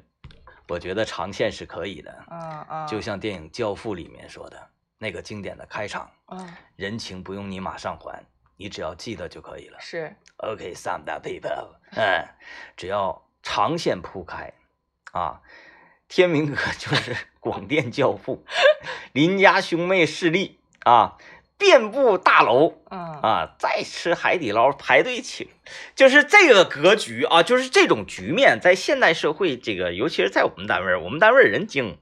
Speaker 1: 我觉得长线是可以的，
Speaker 2: 啊啊！
Speaker 1: 就像电影《教父》里面说的那个经典的开场，
Speaker 2: 啊，
Speaker 1: 人情不用你马上还，你只要记得就可以了。
Speaker 2: 是
Speaker 1: OK，some、the people，嗯，只要长线铺开，啊，天明哥就是 广电教父，林家兄妹势力啊，遍布大楼
Speaker 2: 嗯
Speaker 1: 啊，再吃海底捞排队请，就是这个格局啊，就是这种局面，在现代社会这个，尤其是在我们单位儿，我们单位儿人精，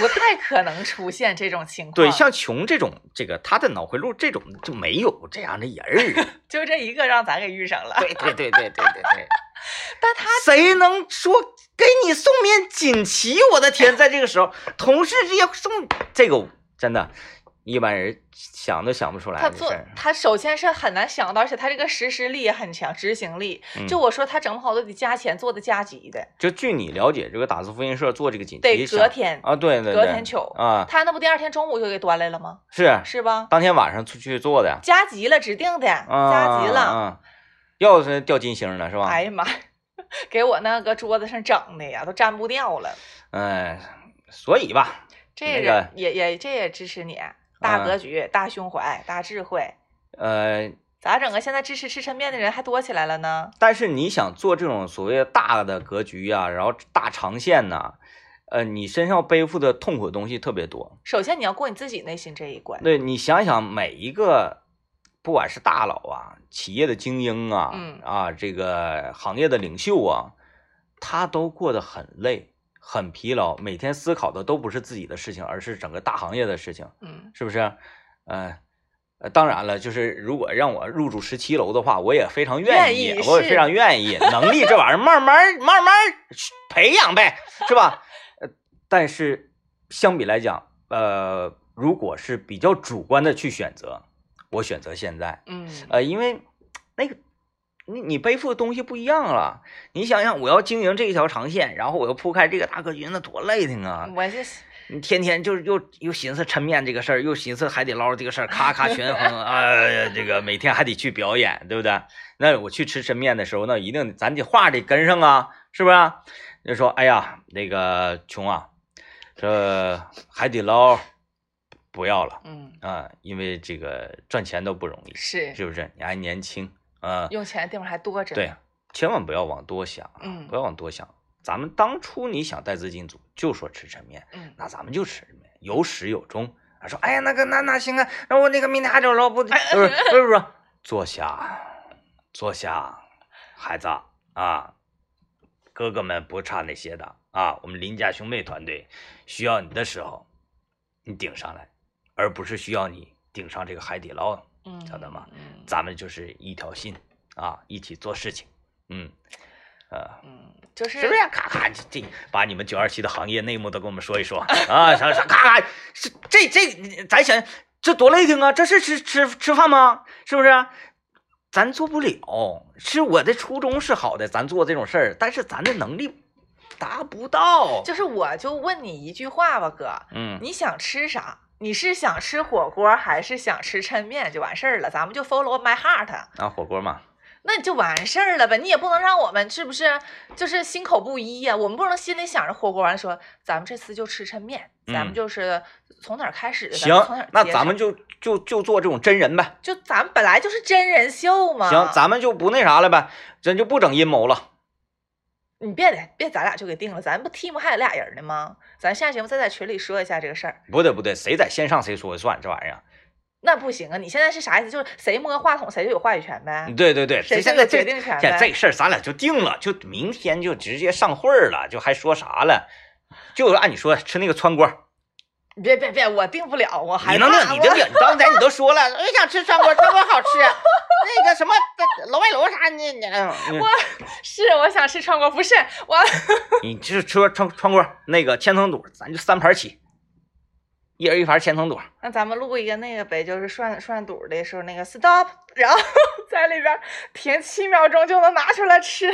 Speaker 2: 不太可能出现这种情况。
Speaker 1: 对，像琼这种，这个他的脑回路这种就没有这样的人儿，
Speaker 2: 就这一个让咱给遇上了。
Speaker 1: 对对对对对对对。
Speaker 2: 但他
Speaker 1: 谁能说给你送面锦旗？我的天，在这个时候，同事之间送这个真的，一般人想都想不出来
Speaker 2: 他
Speaker 1: 这
Speaker 2: 做
Speaker 1: 事儿。
Speaker 2: 他首先是很难想到，而且他这个实施力也很强，执行力。
Speaker 1: 嗯
Speaker 2: 就我说他整不好都得加钱做的加急的，
Speaker 1: 就据你了解，这个打字复印社做这个锦旗
Speaker 2: 得
Speaker 1: 想
Speaker 2: 隔天。
Speaker 1: 啊，对对对，
Speaker 2: 隔天取
Speaker 1: 啊，
Speaker 2: 他那不第二天中午就给端来了吗？
Speaker 1: 是啊
Speaker 2: 是吧？
Speaker 1: 当天晚上出去做的，
Speaker 2: 加急了，指定的，
Speaker 1: 啊、
Speaker 2: 加急了。
Speaker 1: 啊，要是掉金星了是吧？
Speaker 2: 哎呀妈，呀， 给我那个桌子上整的呀，都粘不掉了。
Speaker 1: 哎，所以吧，
Speaker 2: 这
Speaker 1: 那个啊
Speaker 2: 人也也这也支持你，大格局、大胸怀、大智慧，
Speaker 1: 呃，
Speaker 2: 咋整啊？现在支持吃抻面的人还多起来了呢。
Speaker 1: 但是你想做这种所谓大的格局呀、然后大长线呐、呃，你身上背负的痛苦的东西特别多。
Speaker 2: 首先你要过你自己内心这一关。
Speaker 1: 对你想想，每一个不管是大佬啊、企业的精英啊、
Speaker 2: 嗯
Speaker 1: 啊这个行业的领袖啊，他都过得很累，很疲劳，每天思考的都不是自己的事情，而是整个大行业的事情，
Speaker 2: 嗯，
Speaker 1: 是不是？呃，呃当然了，就是如果让我入住十七楼的话，我也非常愿意，
Speaker 2: 愿意
Speaker 1: 我也
Speaker 2: 是
Speaker 1: 非常愿意。能力这玩意儿，慢慢慢慢培养呗，是吧？呃，但是相比来讲，呃，如果是比较主观的去选择，我选择现在。
Speaker 2: 嗯，
Speaker 1: 呃，因为那个你你背负的东西不一样了。你想想，我要经营这一条长线，然后我又铺开这个大格局，那多累挺啊！
Speaker 2: 我这
Speaker 1: 你天天就是又又寻思抻面这个事儿，又寻思海底捞这个事儿，咔咔权 衡啊、这个每天还得去表演，对不对？那我去吃抻面的时候，那一定咱得话得跟上啊，是不是？就说哎呀，那个琼啊，这海底捞不要了
Speaker 2: 嗯
Speaker 1: 啊，因为这个赚钱都不容易。
Speaker 2: 是
Speaker 1: 是不是？你还年轻啊、
Speaker 2: 用钱的地方还多着呢，
Speaker 1: 对，啊千万不要往多想，
Speaker 2: 嗯
Speaker 1: 不要往多想。咱们当初你想带资进组，就说吃抻面，
Speaker 2: 嗯
Speaker 1: 那咱们就吃抻面，有始有终。啊，说哎呀，那个那那行啊，那我那个明天还走了，不不是不是不是，坐下，坐下，孩子啊，哥哥们不差那些的啊，我们林家兄妹团队需要你的时候，你顶上来，而不是需要你顶上这个海底捞。
Speaker 2: 嗯，
Speaker 1: 晓得吗
Speaker 2: 嗯？
Speaker 1: 咱们就是一条心啊，一起做事情。嗯，呃，
Speaker 2: 嗯，就是
Speaker 1: 是不是？咔咔，这这把你们九二七的行业内幕都跟我们说一 说啊！啥啥咔咔，是这这，咱想这多累挺啊！这是吃吃吃饭吗？是不是？咱做不了，是我的初衷是好的，咱做这种事儿，但是咱的能力达不到。
Speaker 2: 就是我就问你一句话吧，哥，
Speaker 1: 嗯，
Speaker 2: 你想吃啥？你是想吃火锅还是想吃抻面就完事儿了？咱们就 follow my heart，
Speaker 1: 啊，火锅嘛，
Speaker 2: 那你就完事儿了呗。你也不能让我们是不是就是心口不一呀、我们不能心里想着火锅完了说咱们这次就吃抻面，
Speaker 1: 嗯
Speaker 2: 咱们就是从哪儿开始的，
Speaker 1: 行
Speaker 2: 咱们从哪儿，
Speaker 1: 那
Speaker 2: 接
Speaker 1: 咱们
Speaker 2: 着
Speaker 1: 就就就做这种真人呗。
Speaker 2: 就咱们本来就是真人秀嘛。
Speaker 1: 行，咱们就不那啥了呗，咱就不整阴谋了。
Speaker 2: 你别得别咱俩就给定了，咱不 team 还有俩人呢吗？咱下节目再在群里说一下这个事儿。
Speaker 1: 不对不对，谁在线上谁说了算这玩意儿。啊
Speaker 2: 那不行啊！你现在是啥意思？就是谁摸话筒谁就有话语权呗。
Speaker 1: 对对对，
Speaker 2: 谁
Speaker 1: 这
Speaker 2: 先
Speaker 1: 现在
Speaker 2: 有
Speaker 1: 这
Speaker 2: 决定权
Speaker 1: 这
Speaker 2: 呗
Speaker 1: 这事儿咱俩就定了，就明天就直接上会儿了，就还说啥了？就按你说的吃那个川锅，
Speaker 2: 你别别别，我定不了，我害
Speaker 1: 你
Speaker 2: 怕。
Speaker 1: 能定你定定， 你刚才你都说了，我就想吃川锅，川锅好吃。 那个什么楼外楼啥，你你嗯
Speaker 2: 我是我想吃川锅，不是我。
Speaker 1: 你就是吃川川锅那个千层肚，咱就三盘起，一人一盘千层肚。
Speaker 2: 那咱们录一个那个呗，就是涮涮肚的时候那个 stop，然后 在里边停七秒钟就能拿出来吃。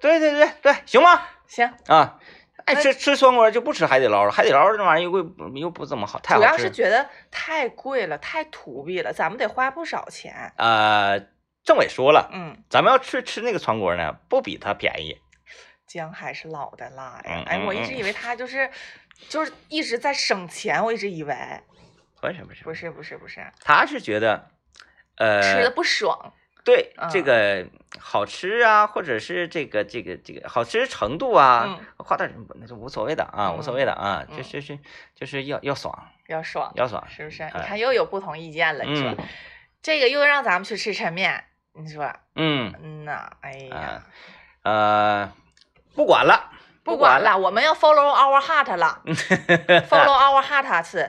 Speaker 1: 对对对对，行吗？
Speaker 2: 行，
Speaker 1: 啊，爱吃吃川锅就不吃海底捞了，海底捞那玩意儿又贵又不怎么好，太
Speaker 2: 主
Speaker 1: 好
Speaker 2: 要
Speaker 1: 吃
Speaker 2: 是
Speaker 1: 了。
Speaker 2: 觉得太贵了，太土币了，咱们得花不少钱。
Speaker 1: 呃，政委说了，
Speaker 2: 嗯，
Speaker 1: 咱们要去吃那个川锅呢，不比它便宜。
Speaker 2: 姜还是老的辣呀
Speaker 1: 嗯！
Speaker 2: 哎，我一
Speaker 1: 嗯
Speaker 2: 直
Speaker 1: 嗯
Speaker 2: 以为他就是就是一直在省钱，我一直以为
Speaker 1: 不是不是
Speaker 2: 不，是不是不是，
Speaker 1: 他是觉得，呃，
Speaker 2: 吃的不爽。
Speaker 1: 对、
Speaker 2: 嗯
Speaker 1: 这个好吃啊，或者是这个这个这个好吃程度啊，花点那就无所谓的啊，
Speaker 2: 嗯
Speaker 1: 无所谓的啊，就
Speaker 2: 嗯
Speaker 1: 是是就是要要爽
Speaker 2: 要爽，
Speaker 1: 要爽，
Speaker 2: 是不是？
Speaker 1: 哎
Speaker 2: 你看又有不同意见了，你说
Speaker 1: 嗯
Speaker 2: 这个又让咱们去吃抻面，你说
Speaker 1: 嗯
Speaker 2: 嗯呐，哎呀
Speaker 1: 啊，呃，不管了，
Speaker 2: 不
Speaker 1: 管
Speaker 2: 管，了，我们要 follow our heart 了，follow our heart 次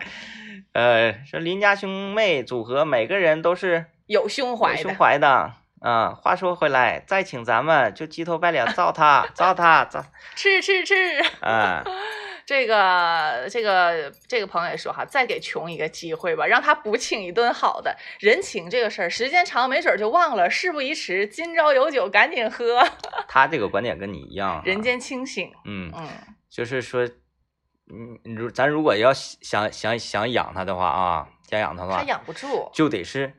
Speaker 1: 呃，说邻家兄妹组合每个人都是
Speaker 2: 有胸
Speaker 1: 有
Speaker 2: 怀
Speaker 1: 胸
Speaker 2: 的，
Speaker 1: 怀的。啊、话说回来，再请咱们就鸡头白脸造他，造他，造，
Speaker 2: 吃吃吃。
Speaker 1: 啊、
Speaker 2: 这个这个这个朋友也说哈，再给穷一个机会吧，让他补请一顿好的。人情这个事儿，时间长没准儿就忘了。事不宜迟，今朝有酒赶紧喝，
Speaker 1: 啊他这个观点跟你一样哈，
Speaker 2: 人间清醒。
Speaker 1: 嗯，
Speaker 2: 嗯
Speaker 1: 就是说，嗯，你如咱如果要想想想养它的话啊，想养它的
Speaker 2: 他
Speaker 1: 话，
Speaker 2: 养不住。
Speaker 1: 就得是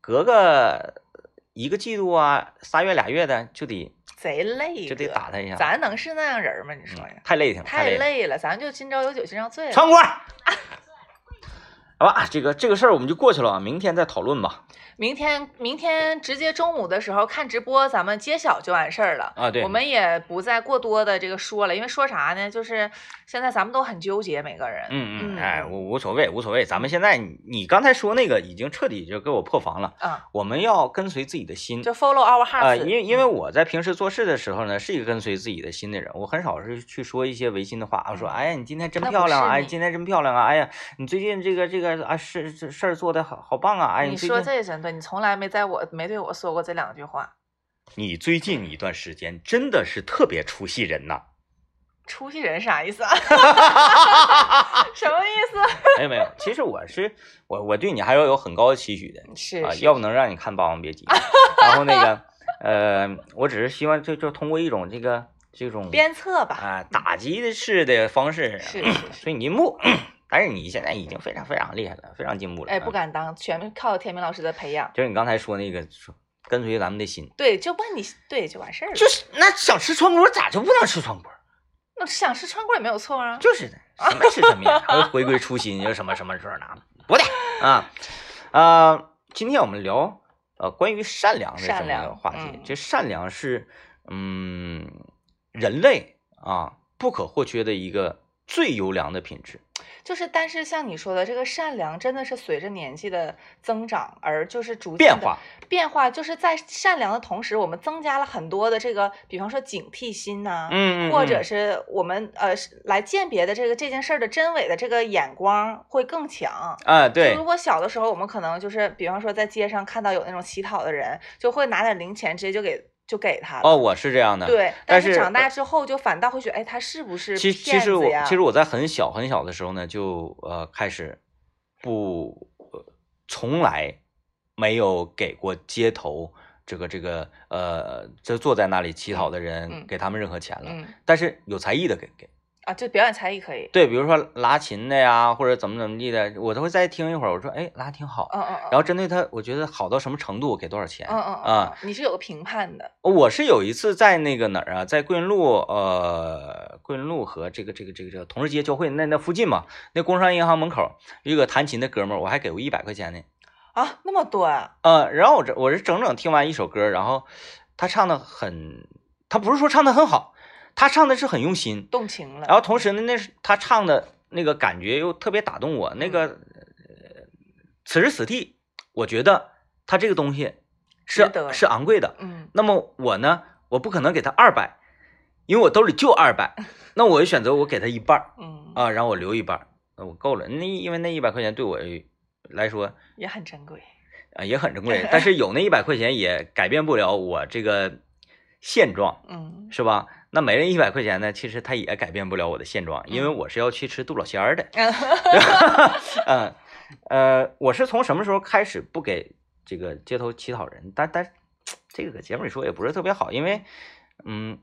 Speaker 1: 隔个一个季度啊，仨月俩月的就得
Speaker 2: 贼累，
Speaker 1: 就得
Speaker 2: 哥
Speaker 1: 打他一下
Speaker 2: 咱能是那样人吗？你说
Speaker 1: 嗯
Speaker 2: 呀，
Speaker 1: 太累挺，
Speaker 2: 太
Speaker 1: 累了。
Speaker 2: 累了，咱就今朝有酒今朝醉了。
Speaker 1: 川锅，好吧，这个这个事儿我们就过去了啊，明天再讨论吧。
Speaker 2: 明天明天直接中午的时候看直播，咱们揭晓就完事儿了。
Speaker 1: 啊，对，
Speaker 2: 我们也不再过多的这个说了，因为说啥呢？就是现在咱们都很纠结，每个人。
Speaker 1: 嗯
Speaker 2: 嗯
Speaker 1: 嗯，哎，无无所谓，无所谓。咱们现在你你刚才说那个已经彻底就给我破防了。
Speaker 2: 啊，
Speaker 1: 我们要跟随自己的心
Speaker 2: 就 follow our
Speaker 1: 啊、
Speaker 2: hearts、
Speaker 1: 因为因为我在平时做事的时候呢，是一个跟随自己的心的人，我很少是去说一些违心的话。我说，
Speaker 2: 嗯
Speaker 1: 哎呀，你今天真
Speaker 2: 那不
Speaker 1: 漂亮啊，
Speaker 2: 是
Speaker 1: 哎，
Speaker 2: 你
Speaker 1: 今天真漂亮啊，哎呀，你最近这个这个啊事事事儿做的好好棒啊，哎，
Speaker 2: 你
Speaker 1: 最
Speaker 2: 说
Speaker 1: 近
Speaker 2: 这也真对，你从来没在我没对我说过这两句话。
Speaker 1: 你最近一段时间真的是特别出戏人呐。
Speaker 2: 出息人啥意思啊？ 什么意思？
Speaker 1: 没有没有，其实我是我我对你还要有很高的期许的。
Speaker 2: 是
Speaker 1: 啊，
Speaker 2: 是
Speaker 1: 要不能让你看《霸王别姬》， 然后那个，呃，我只是希望就就通过一种这个这种
Speaker 2: 鞭策吧。
Speaker 1: 啊打击的式的方式，
Speaker 2: 是是是。
Speaker 1: 所以你进步，但是你现在已经非常非常厉害了，非常进步了。
Speaker 2: 哎，
Speaker 1: 嗯
Speaker 2: 不，敢当，全靠天明老师的培养。
Speaker 1: 就是你刚才说那个，说跟随咱们的心，
Speaker 2: 对，就问你，对，就完事儿了。
Speaker 1: 就是那想吃川锅咋就不能吃川锅？
Speaker 2: 那想吃川锅也没有错啊。
Speaker 1: 就是的，什么吃什么呀，还会回归初心，就什么什么事儿呢？不的啊啊！今天我们聊呃关于善良的这
Speaker 2: 善
Speaker 1: 么一个
Speaker 2: 良
Speaker 1: 话题
Speaker 2: 嗯，
Speaker 1: 这善良是嗯人类啊不可或缺的一个最优良的品质。
Speaker 2: 就是，但是像你说的，这个善良真的是随着年纪的增长而就是逐渐
Speaker 1: 变
Speaker 2: 地
Speaker 1: 化，
Speaker 2: 变化，就是在善良的同时，我们增加了很多的这个，比方说警惕心呐、
Speaker 1: 嗯，嗯
Speaker 2: 或者
Speaker 1: 嗯
Speaker 2: 是我们呃是来鉴别的这个这件事儿的真伪的这个眼光会更强。
Speaker 1: 啊
Speaker 2: 就
Speaker 1: 对
Speaker 2: 如，果小的时候，我们可能就是，比方说在街上看到有那种乞讨的人，就会拿点零钱直接就给就给他了。
Speaker 1: 哦，我是这样的。
Speaker 2: 对，
Speaker 1: 但
Speaker 2: 但
Speaker 1: 是呃
Speaker 2: 长大之后就反倒会觉得，哎，他是不是
Speaker 1: 其其
Speaker 2: 骗
Speaker 1: 实
Speaker 2: 子
Speaker 1: 我
Speaker 2: 呀？
Speaker 1: 其实我在很小很小的时候呢，就呃开始不、呃从来没有给过街头这个这个呃就坐在那里乞讨的人、
Speaker 2: 嗯嗯
Speaker 1: 给他们任何钱了，
Speaker 2: 嗯
Speaker 1: 但是有才艺的给给。
Speaker 2: 啊，就表演才艺可以。
Speaker 1: 对，比如说拉琴的呀，或者怎么怎么地的，我都会再听一会儿。我说，哎，拉得挺好。
Speaker 2: 嗯嗯嗯。
Speaker 1: 然后针对他，我觉得好到什么程度，我给多少钱
Speaker 2: 嗯嗯
Speaker 1: 啊？
Speaker 2: 嗯，你是有个评判的，
Speaker 1: 我是有一次在那个哪儿啊，在桂林路，呃，桂林路和这个这个这个这个同志街交汇那那附近嘛，那工商银行门口有一个弹琴的哥们儿，我还给过一百块钱呢。
Speaker 2: 啊，那么多啊，
Speaker 1: 呃，然后我这我是整整听完一首歌，然后他唱的很，他不是说唱的很好，他唱的是很用心，
Speaker 2: 动情了。
Speaker 1: 然后同时呢，那是他唱的那个感觉又特别打动我，
Speaker 2: 嗯
Speaker 1: 那个、呃此时此地，我觉得他这个东西是
Speaker 2: 值得
Speaker 1: 是昂贵的，
Speaker 2: 嗯，
Speaker 1: 那么我呢，我不可能给他二百，因为我兜里就二百，那我就选择我给他一半儿
Speaker 2: 嗯，
Speaker 1: 啊，然后我留一半儿，呃我够了。那因为那一百块钱对我来说
Speaker 2: 也很珍贵。
Speaker 1: 啊也很珍贵，但是有那一百块钱也改变不了我这个现状，
Speaker 2: 嗯，
Speaker 1: 是吧？那没了一百块钱呢，其实他也改变不了我的现状，因
Speaker 2: 嗯
Speaker 1: 为我是要去吃杜老仙儿的。 嗯，呃，我是从什么时候开始不给这个街头乞讨人？但但这个搁节目里说也不是特别好，因为，嗯，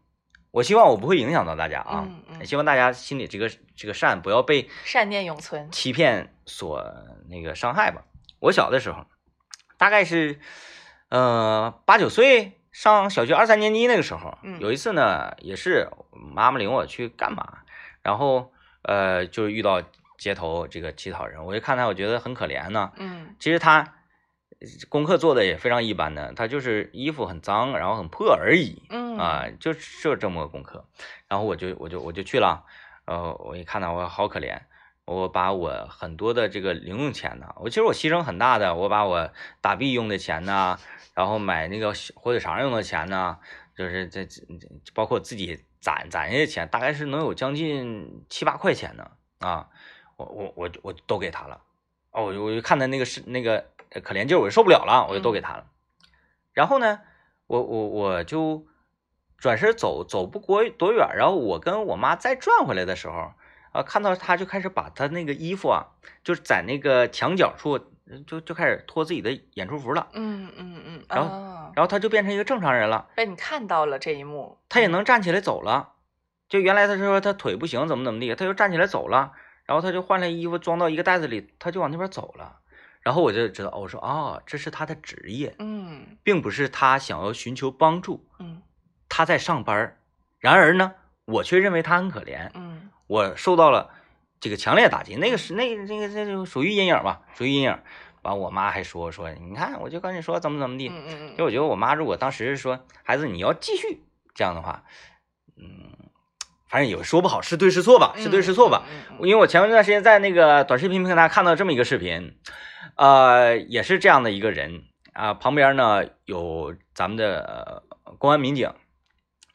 Speaker 1: 我希望我不会影响到大家啊，
Speaker 2: 嗯嗯
Speaker 1: 也希望大家心里这个这个善不要被
Speaker 2: 善念永存。
Speaker 1: 欺骗所那个伤害吧。我小的时候，大概是呃八九岁上小学二三年级那个时候，
Speaker 2: 嗯
Speaker 1: 有一次呢，也是妈妈领我去干嘛，然后呃就遇到街头这个乞讨人，我就看他，我觉得很可怜呢。
Speaker 2: 嗯
Speaker 1: 其实他呃功课做的也非常一般的，他就是衣服很脏，然后很破而已。
Speaker 2: 嗯
Speaker 1: 啊，就就这么个功课，然后我就我就我就去了，然后我一看到我好可怜，我把我很多的这个零用钱呐，我其实我牺牲很大的，我把我打币用的钱呐，然后买那个小火腿肠用的钱呐，就是这这这包括我自己攒攒下的钱，大概是能有将近七八块钱呢啊，我我我我都给他了，哦，我就我就看他那个是那个呃可怜劲儿，我就受不了了，我就都给他了。然后呢，我我我就转身走，走不过多远，然后我跟我妈再转回来的时候，啊，看到她就开始把她那个衣服啊，就是在那个墙角处呃就就开始脱自己的演出服了，
Speaker 2: 嗯嗯嗯，
Speaker 1: 然后
Speaker 2: 啊，
Speaker 1: 然后她就变成一个正常人了，
Speaker 2: 被你看到了这一幕，
Speaker 1: 她也能站起来走了。就原来她说她腿不行，怎么怎么地，她就站起来走了，然后她就换了衣服装到一个袋子里，她就往那边走了。然后我就知道，哦我说啊、这是她的职业，
Speaker 2: 嗯
Speaker 1: 并不是她想要寻求帮助。
Speaker 2: 嗯
Speaker 1: 他在上班儿，然而呢，我却认为他很可怜，
Speaker 2: 嗯
Speaker 1: 我受到了这个强烈打击，那个是那个那个这就属于阴影吧，属于阴影。完，我妈还说说，你看，我就跟你说怎么怎么地。
Speaker 2: 嗯嗯
Speaker 1: 其实
Speaker 2: 嗯，
Speaker 1: 我觉得我妈如果当时说孩子你要继续这样的话，嗯，反正也说不好是对是错吧，是对是错吧。
Speaker 2: 嗯？嗯嗯嗯
Speaker 1: 因为我前一段时间在那个短视频平台看到这么一个视频，呃，也是这样的一个人啊、旁边呢有咱们的、呃公安民警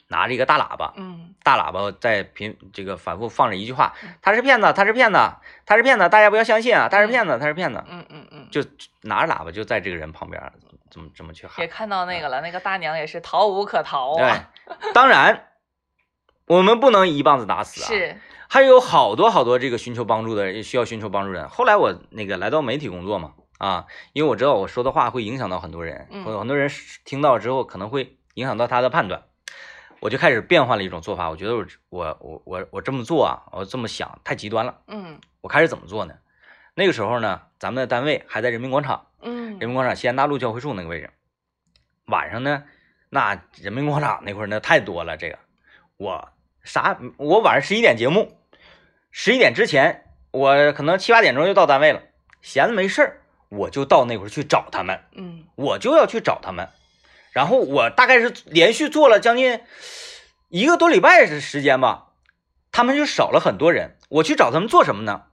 Speaker 1: 拿着一个大喇叭，
Speaker 2: 嗯
Speaker 1: 大喇叭在频这个反复放着一句话：“他是骗子，他是骗子，他是骗子，大家不要相信啊，他是骗子，他是骗子。
Speaker 2: 嗯嗯嗯”。
Speaker 1: 就拿着喇叭就在这个人旁边这么这么去
Speaker 2: 也
Speaker 1: 喊。
Speaker 2: 看到那个了，那个大娘也是逃无可逃啊，
Speaker 1: 对，哎当然我们不能一棒子打死啊，
Speaker 2: 是，
Speaker 1: 还有好多好多这个寻求帮助的人，需要寻求帮助人。后来我那个来到媒体工作嘛，啊，因为我知道我说的话会影响到很多人，
Speaker 2: 嗯
Speaker 1: 很多人听到之后可能会影响到他的判断，我就开始变换了一种做法。我觉得我我我我我这么做啊，我这么想太极端了。
Speaker 2: 嗯
Speaker 1: 我开始怎么做呢？那个时候呢，咱们的单位还在人民广场，
Speaker 2: 嗯
Speaker 1: 人民广场西安大路交汇处那个位置。晚上呢，那人民广场那块儿那太多了。这个我啥？我晚上十一点节目，十一点之前我可能七八点钟就到单位了，闲着没事儿我就到那块儿去找他们，
Speaker 2: 嗯
Speaker 1: 我就要去找他们。然后我大概是连续做了将近一个多礼拜的时间吧，他们就少了很多人。我去找他们做什么呢？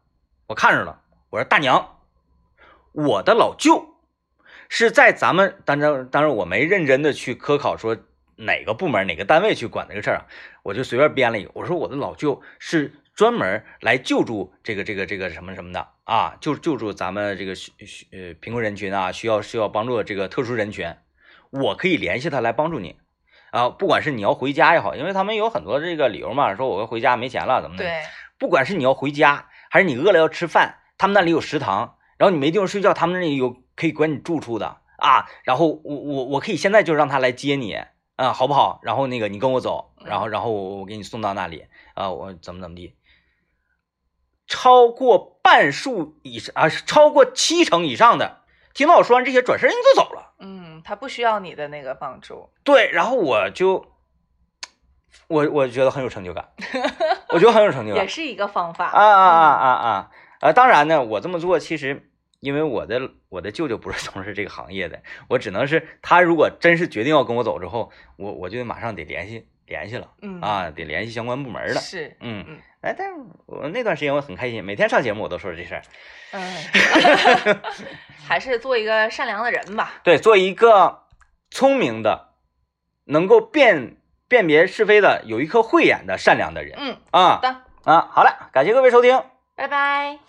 Speaker 1: 我看着了，我说大娘，我的老舅是在咱们当然当然我没认真的去科考说哪个部门哪个单位去管这个事儿啊，我就随便编了一个，我说我的老舅是专门来救助这个这个这个什么什么的啊，救救助咱们这个需需呃贫困人群啊，需要需要帮助的这个特殊人群，我可以联系他来帮助你。啊，不管是你要回家也好，因为他们有很多这个理由嘛，说我要回家没钱了怎么的，
Speaker 2: 对，
Speaker 1: 不管是你要回家，还是你饿了要吃饭，他们那里有食堂，然后你没地方睡觉，他们那里有可以管你住处的啊。然后我我我可以现在就让他来接你啊、好不好？然后那个你跟我走，然后然后我我给你送到那里啊，我怎么怎么地。超过半数以上啊，超过七成以上的，听到我说完这些，转身人就走了。
Speaker 2: 嗯，他不需要你的那个帮助，
Speaker 1: 对，然后我就，我我觉得很有成就感，我觉得很有成就感
Speaker 2: 也。是一个方
Speaker 1: 啊
Speaker 2: 法，
Speaker 1: 啊啊啊啊！呃，当然呢，我这么做其实因为我的我的舅舅不是从事这个行业的，我只能是他如果真是决定要跟我走之后，我我就马上得联系联系了
Speaker 2: 嗯，
Speaker 1: 啊，得联系相关部门了。
Speaker 2: 是，
Speaker 1: 嗯
Speaker 2: 嗯，
Speaker 1: 哎，但是我那段时间我很开心，每天上节目我都说这事儿。
Speaker 2: 嗯，还是做一个善良的人吧，
Speaker 1: 对，做一个聪明的，能够辨辨别是非的，有一颗慧眼的善良的人
Speaker 2: 嗯，
Speaker 1: 啊
Speaker 2: 好的，
Speaker 1: 啊！好了，感谢各位收听。
Speaker 2: 拜拜。